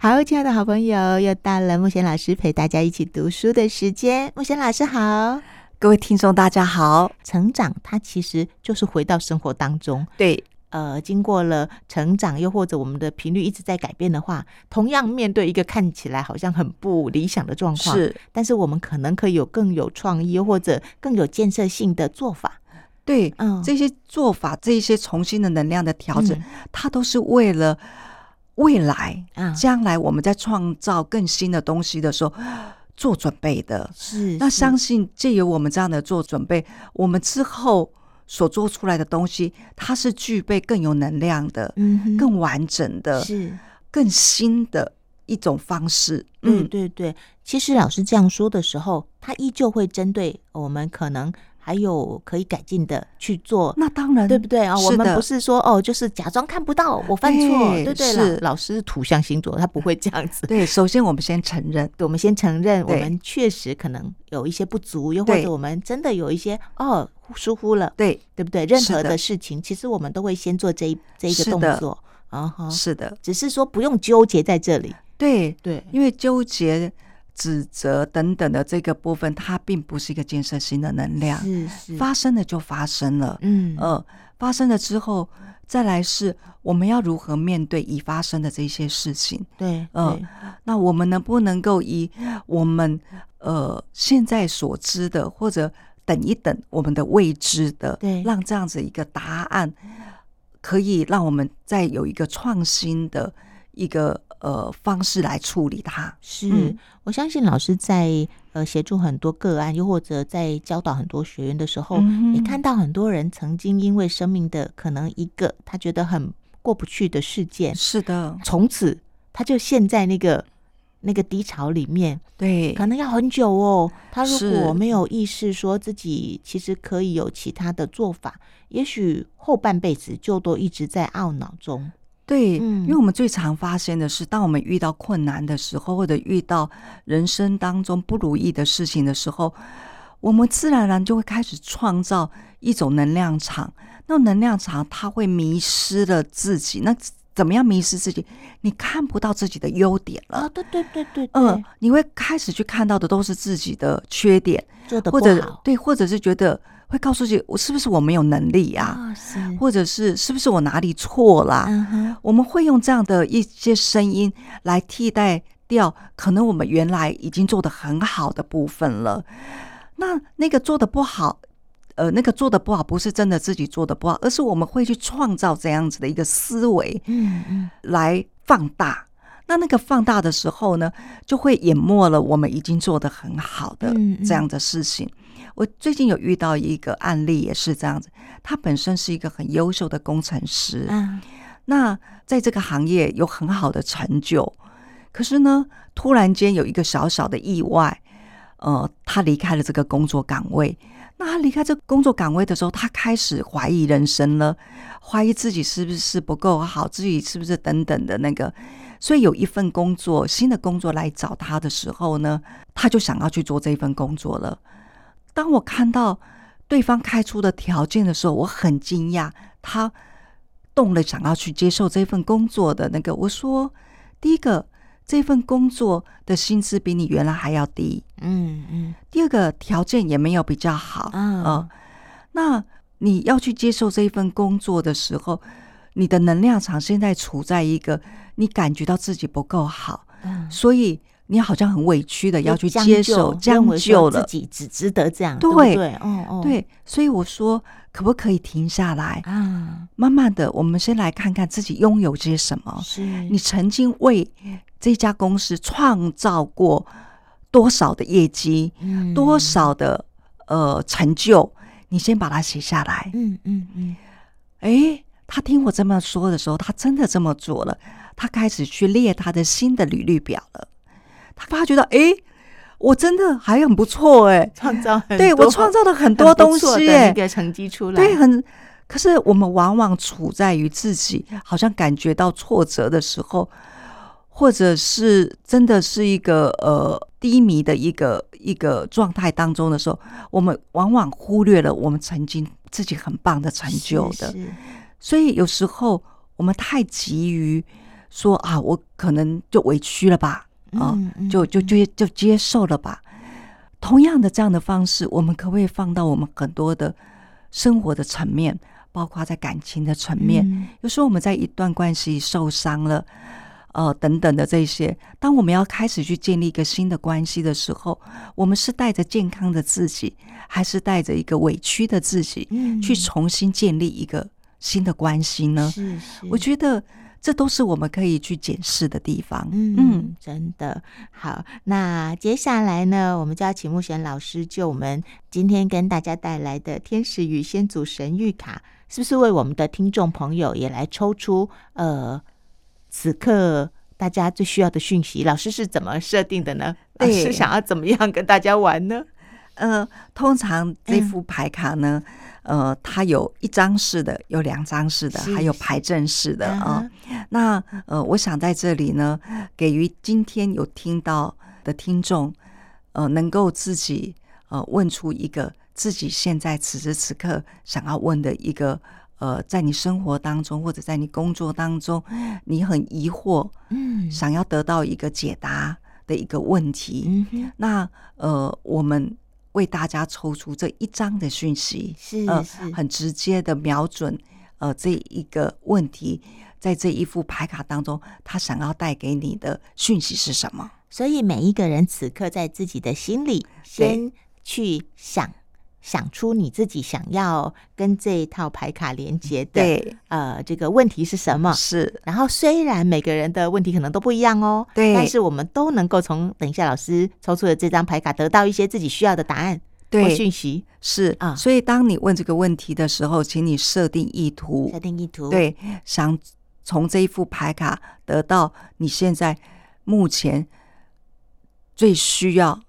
好，亲爱的好朋友，又到了木贤老师陪大家一起读书的时间。木贤老师好，各位听众大家好，成长它其实就是回到生活当中，对，呃，经过了成长，又或者我们的频率一直在改变的话，同样面对一个看起来好像很不理想的状况，，是但是我们可能可以有更有创意，又或者更有建设性的做法。对、嗯，这些做法，这些重新的能量的调整，嗯它都是为了未来，啊将来我们在创造更新的东西的时候做准备的。是那是相信借由我们这样的做准备，我们之后所做出来的东西，它是具备更有能量的、嗯哼更完整的、是。更新的一种方式。嗯对对对，其实老师这样说的时候，他依旧会针对我们可能还有可以改进的去做，那当然，对不对啊？我嗯是们的不是说哦，就是假装看不到我犯错，对对对是啦老师是土象星座，他不会这样子。对，首先我们先承认， 对我们先承认我对们确实可能有一些不足，又或对者我们真的有一些哦疏忽了，对，对不对？任是何的的事情，其实我们都会先做这一这一个是动的作啊哈，是的，只是说不用纠结在这里。对，对，因为纠结、指责等等的这个部分，它并不是一个建设性的能量，是是，发生了就发生了，嗯呃，发生了之后，再来是我们要如何面对已发生的这些事情。对呃对那我们能不能够以我们呃现在所知的，或者等一等我们的未知的，对让这样子一个答案，可以让我们再有一个创新的一个呃方式来处理它。是、嗯我相信老师在呃协助很多个案，又或者在教导很多学员的时候，嗯也哼看到很多人曾经因为生命的可能一个他觉得很过不去的事件，是的，从此他就陷在那个那个低潮里面，对，可能要很久哦。他如是果没有意识说自己其实可以有其他的做法，也许后半辈子就都一直在懊恼中。对，嗯因为我们最常发现的是，当我们遇到困难的时候，或者遇到人生当中不如意的事情的时候，我们自然而然就会开始创造一种能量场。那种能量场它会迷失了自己。那怎么样迷失自己？你看不到自己的优点啊、了。对对对对对，嗯、你会开始去看到的都是自己的缺点，做的不或者好对，或者是觉得会告诉自己，我是不是我没有能力呀、啊、是，或者是是不是我哪里错啦、嗯哼。我们会用这样的一些声音来替代掉可能我们原来已经做得很好的部分了。那那个做的不好，呃，那个做的不好不是真的自己做的不好，而是我们会去创造这样子的一个思维嗯嗯，来放大。那那个放大的时候呢，就会淹没了我们已经做得很好的嗯嗯这样的事情。我最近有遇到一个案例，也是这样子。他本身是一个很优秀的工程师，啊，那在这个行业有很好的成就，可是呢，突然间有一个小小的意外，呃，他离开了这个工作岗位。那他离开这个工作岗位的时候，他开始怀疑人生了，怀疑自己是不是不够好，自己是不是等等的那个。所以有一份工作，新的工作来找他的时候呢，他就想要去做这一份工作了。当我看到对方开出的条件的时候，我很惊讶，他动了想要去接受这份工作的那个。我说，第一个，这份工作的薪资比你原来还要低；嗯嗯第二个，条件也没有比较好。啊呃那你要去接受这一份工作的时候，你的能量场现在处在一个你感觉到自己不够好，嗯，所以你好像很委屈的要去将接就受认将为就说了自。己只值得这样，对对不对？哦哦，对，所以我说，可不可以停下来，啊，慢慢的，我们先来看看自己拥有些什么。是你曾经为这家公司创造过多少的业绩，你多，少的呃成就，你先把它写下来。嗯嗯嗯诶，他听我这么说的时候，他真的这么做了。他开始去列他的新的履历表了。他发觉到，诶，我真的还很不错诶，嗯，创造很对我多创造了很很多不东西错的诶。一个成绩出来，对，很。可是我们往往处在于自己好像感觉到挫折的时候，或者是真的是一个呃低迷的一个一个状态当中的时候，我们往往忽略了我们曾经自己很棒的成是就的。是所以有时候我们太急于说啊，我可能就委屈了吧，哦啊、嗯就就就就接受了吧。同样的这样的方式，我们可不可以放到我们很多的生活的层面，包括在感情的层面？嗯有时候我们在一段关系受伤了，呃，等等的这些，当我们要开始去建立一个新的关系的时候，我们是带着健康的自己，还是带着一个委屈的自己，嗯去重新建立一个新的关系呢？是是，我觉得这都是我们可以去检视的地方。嗯，真的好。那接下来呢，我们就要请木贤老师就我们今天跟大家带来的《天使与先祖神谕卡》，是不是为我们的听众朋友也来抽出呃此刻大家最需要的讯息？老师是怎么设定的呢？老对师想要怎么样跟大家玩呢？呃，通常这嗯副牌卡呢，呃，它有一张式的，有两张式的，是还有牌阵式的啊啊哈。那呃，我想在这里呢，给予今天有听到的听众，呃，能够自己呃问出一个自己现在此时此刻想要问的一个呃，在你生活当中或者在你工作当中，你很疑惑，嗯想要得到一个解答的一个问题。嗯哼，那呃，我们为大家抽出这一张的讯息，是呃是，很直接的瞄准呃这一个问题，在这一副牌卡当中，他想要带给你的讯息是什么？所以每一个人此刻在自己的心里先去想，想出你自己想要跟这一套牌卡连接的对，呃这个问题是什么。是，然后虽然每个人的问题可能都不一样哦，对但是我们都能够从等一下老师抽出的这张牌卡得到一些自己需要的答案或对，讯息。是啊所以当你问这个问题的时候，请你设定意图设，定意图，，对，想从这一副牌卡得到你现在目前最需要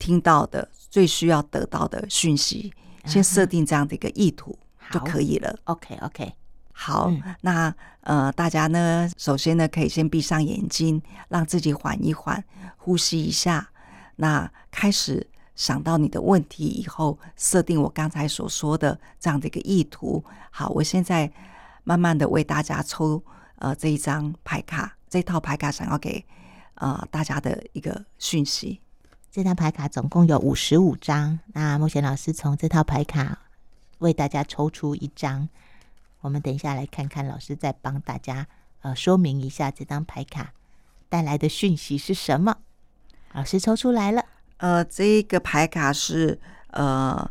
听到的、最需要得到的讯息，先设定这样的一个意图就嗯好可以了。 OK OK，好，嗯那呃，大家呢，首先呢，可以先闭上眼睛，让自己缓一缓，呼吸一下。那开始想到你的问题以后，设定我刚才所说的这样的一个意图。好，我现在慢慢的为大家抽呃这一张牌卡，这套牌卡想要给呃大家的一个讯息。这套牌卡总共有五十五张，那莫贤老师从这套牌卡为大家抽出一张，我们等一下来看看老师再帮大家呃说明一下这张牌卡带来的讯息是什么。老师抽出来了，呃，这个牌卡是呃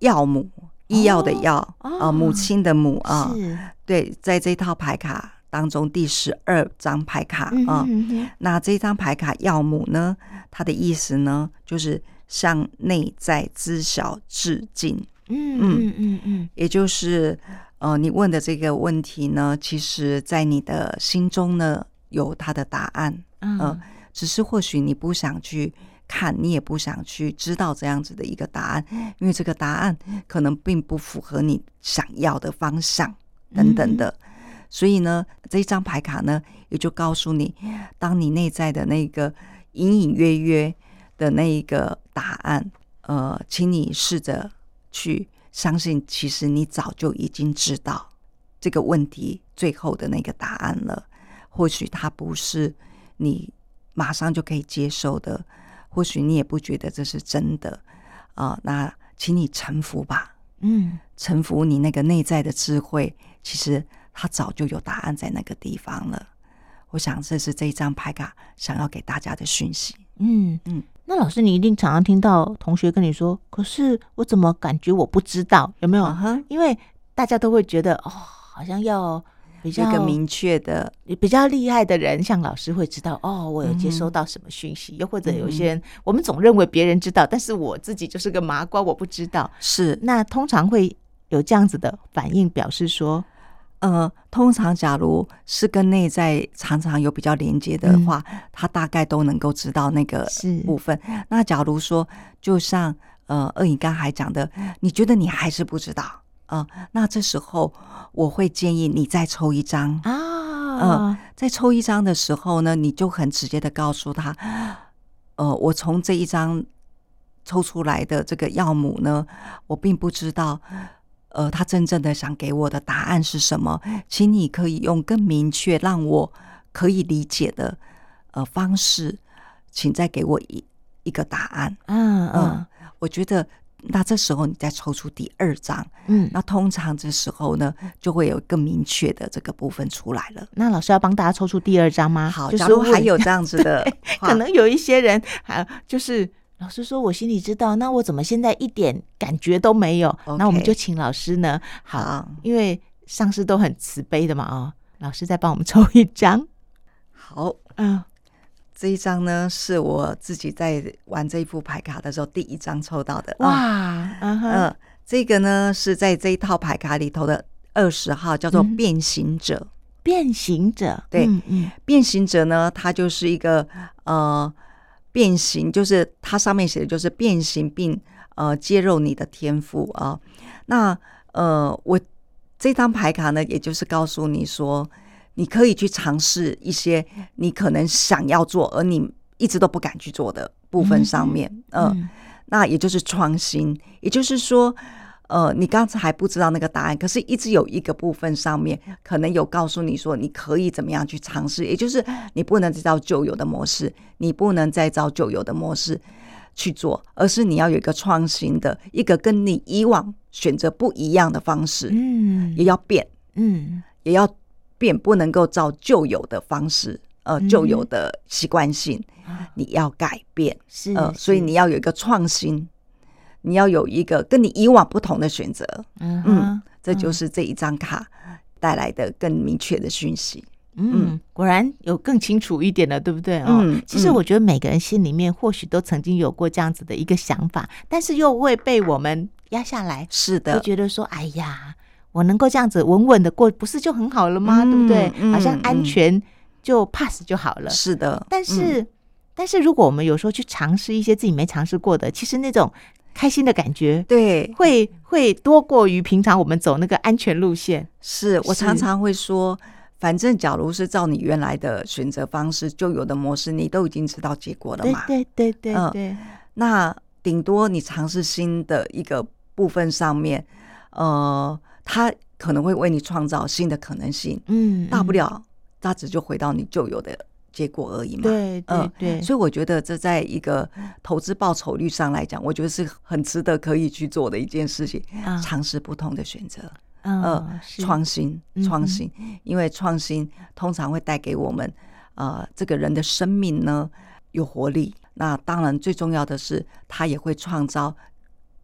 药母医药的药，哦呃母亲的母啊。是，对，在这套牌卡当中第十二张牌卡嗯啊、哼嗯哼那这张牌卡耀母呢，它的意思呢，就是向内在知晓致敬，嗯嗯嗯嗯嗯，也就是呃，你问的这个问题呢，其实在你的心中呢有它的答案，嗯呃只是或许你不想去看，你也不想去知道这样子的一个答案，因为这个答案可能并不符合你想要的方向等等的。所以呢，这一张牌卡呢，也就告诉你，当你内在的那个隐隐约约的那一个答案，呃，请你试着去相信，其实你早就已经知道这个问题最后的那个答案了。或许它不是你马上就可以接受的，或许你也不觉得这是真的啊、那请你臣服吧，嗯臣服你那个内在的智慧，其实它早就有答案在那个地方了。我想这是这一张牌卡想要给大家的讯息。嗯嗯嗯。那老师，你一定常常听到同学跟你说：“可是我怎么感觉我不知道？”有没有？啊哈，因为大家都会觉得哦，好像要比有较一个明确的，比较厉害的人，像老师会知道哦，我有接收嗯哼到什么讯息，又或者有嗯些人，我们总认为别人知道，但是我自己就是个麻瓜，我不知道。是那通常会有这样子的反应，表示说，呃，通常假如是跟内在常常有比较连接的话，他大概都能够知道那个是部分。那假如说，就像呃，二颖刚才讲的，你觉得你还是不知道啊、呃那这时候我会建议你再抽一张，啊，在抽一张的时候呢，你就很直接的告诉他，呃，我从这一张抽出来的这个药母呢，我并不知道，呃，他真正的想给我的答案是什么，请你可以用更明确让我可以理解的呃方式，请再给我一一个答案。嗯嗯嗯，我觉得那这时候你再抽出第二张，嗯。那通常这时候呢，就会有更明确的这个部分出来了。那老师要帮大家抽出第二张吗？好，啊就假是如还问有这样子的话，可能有一些人还就是老师说，我心里知道，那我怎么现在一点感觉都没有 OK 那我们就请老师呢，好，好因为上师都很慈悲的嘛，哦，老师再帮我们抽一张，好，嗯这一张呢是我自己在玩这一副牌卡的时候第一张抽到的。啊，哇，哦嗯嗯、哼，这个呢是在这一套牌卡里头的二十号，叫做嗯变形者。变形者，对嗯嗯变形者呢，它就是一个呃变形，就是它上面写的就是变形并呃揭露你的天赋啊、那呃，我这张牌卡呢，也就是告诉你说，你可以去尝试一些你可能想要做而你一直都不敢去做的部分上面，嗯、呃，嗯那也就是创新，也就是说。呃，你刚才还不知道那个答案，可是一直有一个部分上面可能有告诉你说你可以怎么样去尝试，也就是你不能再照旧有的模式，你不能再照旧有的模式去做，而是你要有一个创新的，一个跟你以往选择不一样的方式，嗯也要变，嗯也要变，不能够照旧有的方式，呃，嗯旧有的习惯性，啊你要改变。是，呃，所以嗯是你要有一个创新，你要有一个跟你以往不同的选择，嗯哼嗯，这就是这一张卡带来的更明确的讯息。嗯，果然有更清楚一点了，对不对？哦，嗯其实嗯我觉得每个人心里面或许都曾经有过这样子的一个想法，但是又会被我们压下来，是会的，觉得说，哎呀，我能够这样子稳稳的过，不是就很好了吗？对不对？嗯嗯好像安嗯全就 pass 就好了。是的，但嗯是，但是如果我们有时候去尝试一些自己没尝试过的，其实那种开心的感觉对，会会多过于平常我们走那个安全路线。是我是常常会说，反正假如是照你原来的选择方式旧有的模式，你都已经知道结果了对嘛，对对对嗯对，那顶多你尝试新的一个部分上面，呃，它可能会为你创造新的可能性。嗯，大不嗯了它只就回到你旧有的结果而已嘛。对对嗯对，所以我觉得这在一个投资报酬率上来讲，我觉得是很值得可以去做的一件事情，啊尝试不同的选择，嗯呃，是创新嗯，哼创新，因为创新通常会带给我们，呃，这个人的生命呢有活力。那当然最重要的是，它也会创造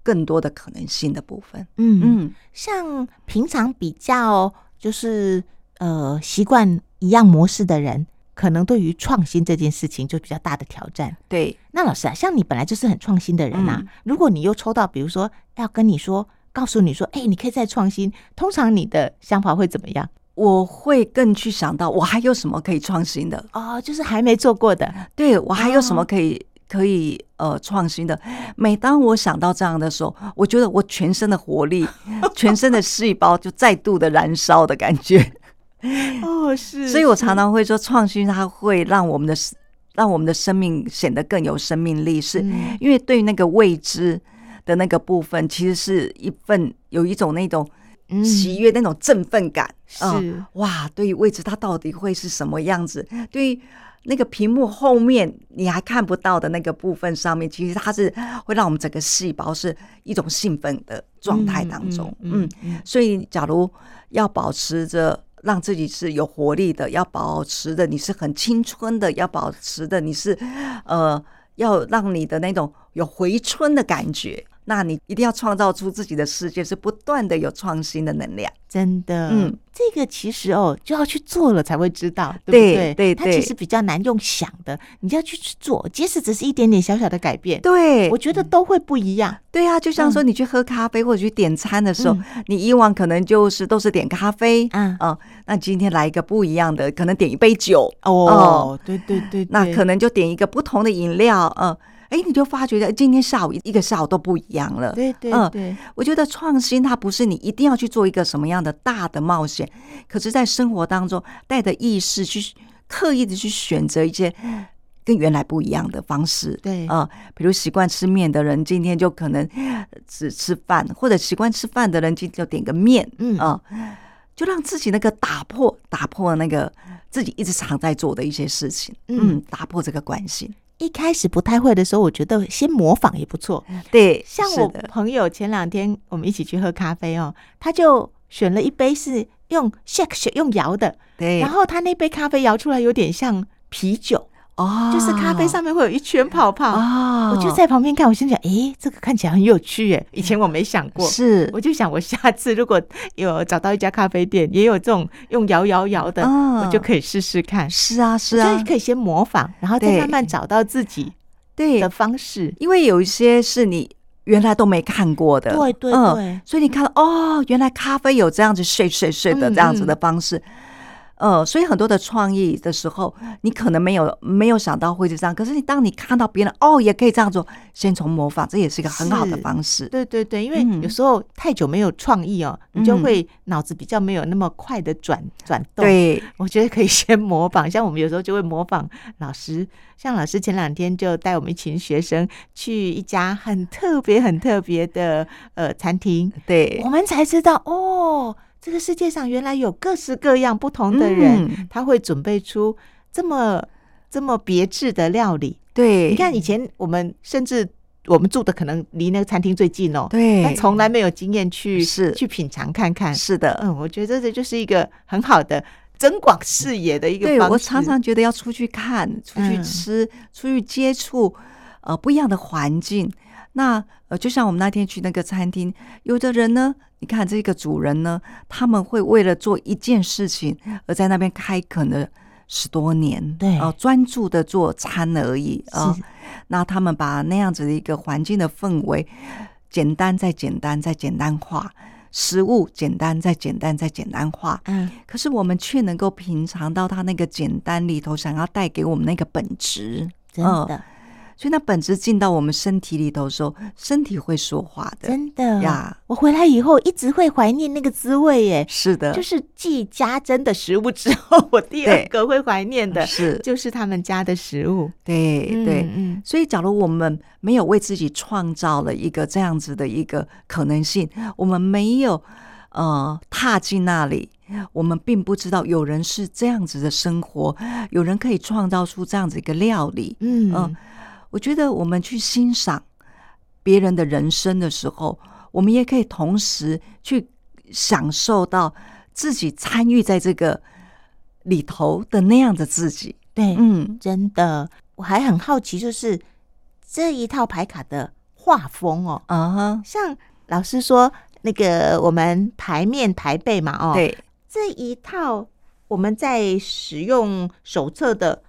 更多的可能性的部分。嗯，嗯，像平常比较就是呃习惯一样模式的人，可能对于创新这件事情就比较大的挑战。对，那老师啊，像你本来就是很创新的人啊，嗯如果你又抽到，比如说要跟你说，告诉你说，哎、你可以再创新，通常你的想法会怎么样？我会更去想到我还有什么可以创新的。哦，就是还没做过的，对我还有什哦么可以、可以呃创新的？每当我想到这样的时候，我觉得我全身的活力，全身的细胞就再度的燃烧的感觉。哦， 是所以我常常常会说，创新它会让我们的让我们的生命显得更有生命力，是、嗯因为对于那个未知的那个部分，其实是一份有一种那种嗯喜悦、那种振奋感。嗯是哇，对于位置它到底会是什么样子？对于那个屏幕后面你还看不到的那个部分上面，其实它是会让我们整个细胞是一种兴奋的状态当中。嗯，嗯所以假如要保持着。让自己是有活力的，要保持的，你是很青春的，要保持的，你是，呃，要让你的那种有回春的感觉，那你一定要创造出自己的世界，是不断的有创新的能量。真的，嗯，这个其实哦，就要去做了才会知道，不对？对对它其对实比较难用想的，你就要去去做，即使只是一点点小小的改变，对，我觉得都会不一样。对啊，就像说你去喝咖啡或者去点餐的时候，嗯你以往可能就是都是点咖啡，嗯哦，那今天来一个不一样的，可能点一杯酒，哦，对对对，那对可能就点一个不同的饮料，嗯，哎，你就发觉哎今天下午一个下午都不一样了。对对嗯对，我觉得创新它不是你一定要去做一个什么样的大的冒险，可是，在生活当中带着意识去刻意的去选择一些跟原来不一样的方式。对啊、比如习惯吃面的人，今天就可能只吃饭，或者习惯吃饭的人，今天就点个面。嗯啊、就让自己那个打破打破那个自己一直常在做的一些事情，嗯嗯，打破这个惯性。一开始不太会的时候，我觉得先模仿也不错。对，像哎是我的朋友前两天我们一起去喝咖啡哦，他就选了一杯是用 shake shake 用摇的，对，然后他那杯咖啡摇出来有点像啤酒，哦，就是咖啡上面会有一圈泡泡。啊，我就在旁边看，我心想，诶，这个看起来很有趣耶，以前我没想过。是我就想，我下次如果有找到一家咖啡店，也有这种用摇摇摇的，嗯我就可以试试看。是啊是我觉啊得，可以先模仿，然后再对慢慢找到自己对的，方式。因为有一些是你原来都没看过的，对对嗯对所以你看哦，原来咖啡有这样子睡睡睡的嗯这样子的方式。呃，所以很多的创意的时候，你可能没有没有想到会是这样，可是你当你看到别人哦也可以这样做，先从模仿，这也是一个很好是的方式。对对对，因为嗯有时候太久没有创意哦，你就会脑子比较没有那么快的转转动。，对，我觉得可以 先模仿，像我们有时候就会模仿老师，像老师前两天就带我们一群学生去一家很特别、很特别的呃餐厅，对我，们才知道哦，这个世界上原来有各式各样不同的人，嗯他会准备出这么这么别致的料理。对，你看以前我们甚至我们住的可能离那个餐厅最近哦，但对，从来没有经验去是去品尝看看。是的，嗯，我觉得这就是一个很好的增广视野的一个对方式。我常常觉得要出去看、出去嗯吃、出去接触，呃，不一样的环境。那呃，就像我们那天去那个餐厅，有的人呢，你看这个主人呢，他们会为了做一件事情而在那边开垦了十多年，对啊、专注的做餐而已啊、是那他们把那样子的一个环境的氛围，简单再简单再简单化，食物简单再简单再简单化，嗯，可是我们却能够品尝到它那个简单里头想要带给我们那个本质，真的，所以那本质进到我们身体里头的时候，身体会说话的。真的呀我回来以后一直会怀念那个滋味耶，是的， 就是继家珍的食物之后，我第二对个会怀念的是，就是他们家的食物。对对。嗯所以，假如我们没有为自己创造了一个这样子的一个可能性，我们没有呃踏进那里，我们并不知道有人是这样子的生活，有人可以创造出这样子一个料理。嗯嗯嗯，我觉得我们去欣赏别人的人生的时候，我们也可以同时去享受到自己参与在这个里头的那样的自己。对，嗯，真的，我还很好奇，就是这一套牌卡的画风哦，啊哈，像老师说那个我们牌面牌背嘛，哦，，对，这一套我们在使用手册的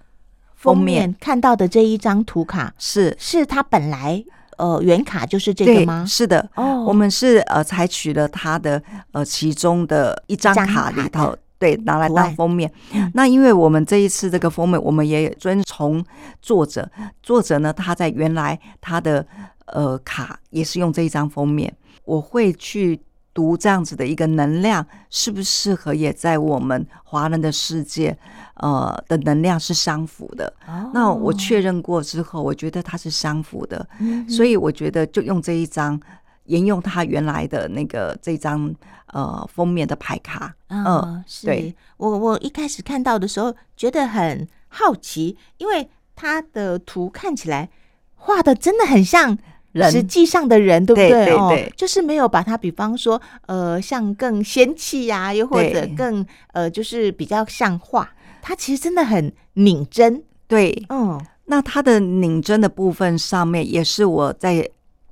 封封面面看到的这一张图卡，是是它本来呃原卡就是这对个吗？是的，哦我们是呃采取了它的呃其中的一张一张卡卡嗯里头。对，拿来图当案封面。那因为我们这一次这个封面，我们也遵从作者，作者呢他在原来他的呃卡也是用这一张封面。我会去读这样子的一个能量适不适合，也在我们华人的世界，呃的能量是相符的。哦那我确认过之后，我觉得它是相符的，嗯所以我觉得就用这一张，沿用它原来的那个这张呃封面的牌卡，嗯、是对我我一开始看到的时候觉得很好奇，因为它的图看起来画的真的很像人实际上的人，对不对对哦对，就是没有把它，比方说呃，像更仙气呀、又或者对更呃，就是比较像画，它其实真的很拧针，对。嗯，那它的拧针的部分上面，也是我在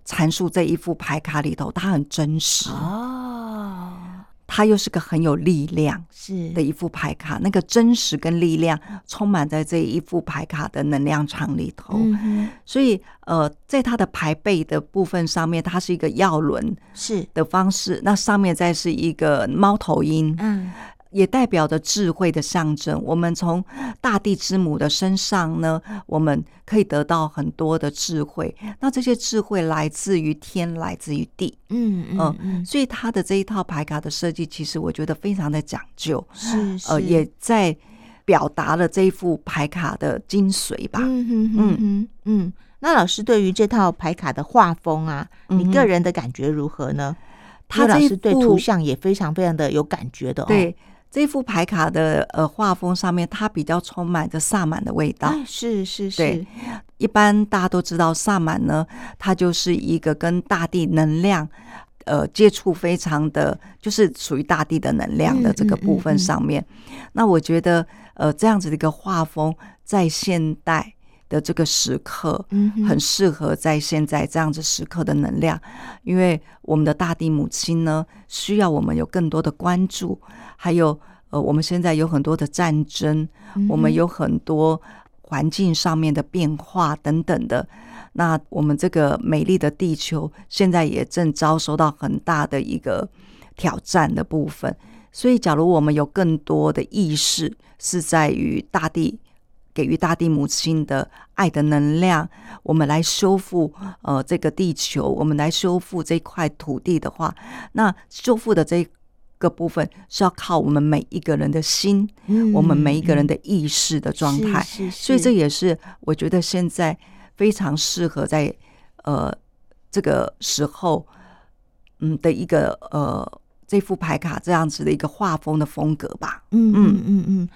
阐述这一副牌卡里头，它很真实，哦，它又是个很有力量是的一副牌卡，那个真实跟力量充满在这一副牌卡的能量场里头。嗯哼，所以呃，在它的牌背的部分上面，它是一个药轮是，的方式，那上面再是一个猫头鹰，嗯，也代表着智慧的象征。我们从大地之母的身上呢，我们可以得到很多的智慧。那这些智慧来自于天，来自于地。嗯嗯嗯嗯，所以它的这一套牌卡的设计，其实我觉得非常的讲究，是是，呃，也在表达了这一副牌卡的精髓吧。嗯哼哼哼嗯，那老师对于这套牌卡的画风啊，嗯你哼个人的感觉如何呢？因他为这老一师对部图像也非常非常的有感觉的哦。对这副牌卡的呃画风上面，它比较充满着萨满的味道。哎，是是是对，一般大家都知道，萨满呢，它就是一个跟大地能量。呃，接触非常的，就是属于大地的能量的嗯这个嗯部嗯分嗯上面。那我觉得，呃，这样子的一个画风，在现代的这个时刻，嗯哼，很适合在现在这样子时刻的能量，因为我们的大地母亲呢，需要我们有更多的关注，还有呃，我们现在有很多的战争，嗯我们哼有很多环境上面的变化等等的。那我们这个美丽的地球现在也正遭受到很大的一个挑战的部分，所以假如我们有更多的意识是在于大地。给予大地母亲的爱的能量，我们来修复呃这个地球，我们来修复这块土地的话，那修复的这个部分是要靠我们每一个人的心，我们每一个人嗯的意识的状态。是是所以这是也是我觉得现在非常适合在呃这个时候，嗯的一个呃这副牌卡这样子的一个画风的风格吧。嗯嗯嗯嗯嗯，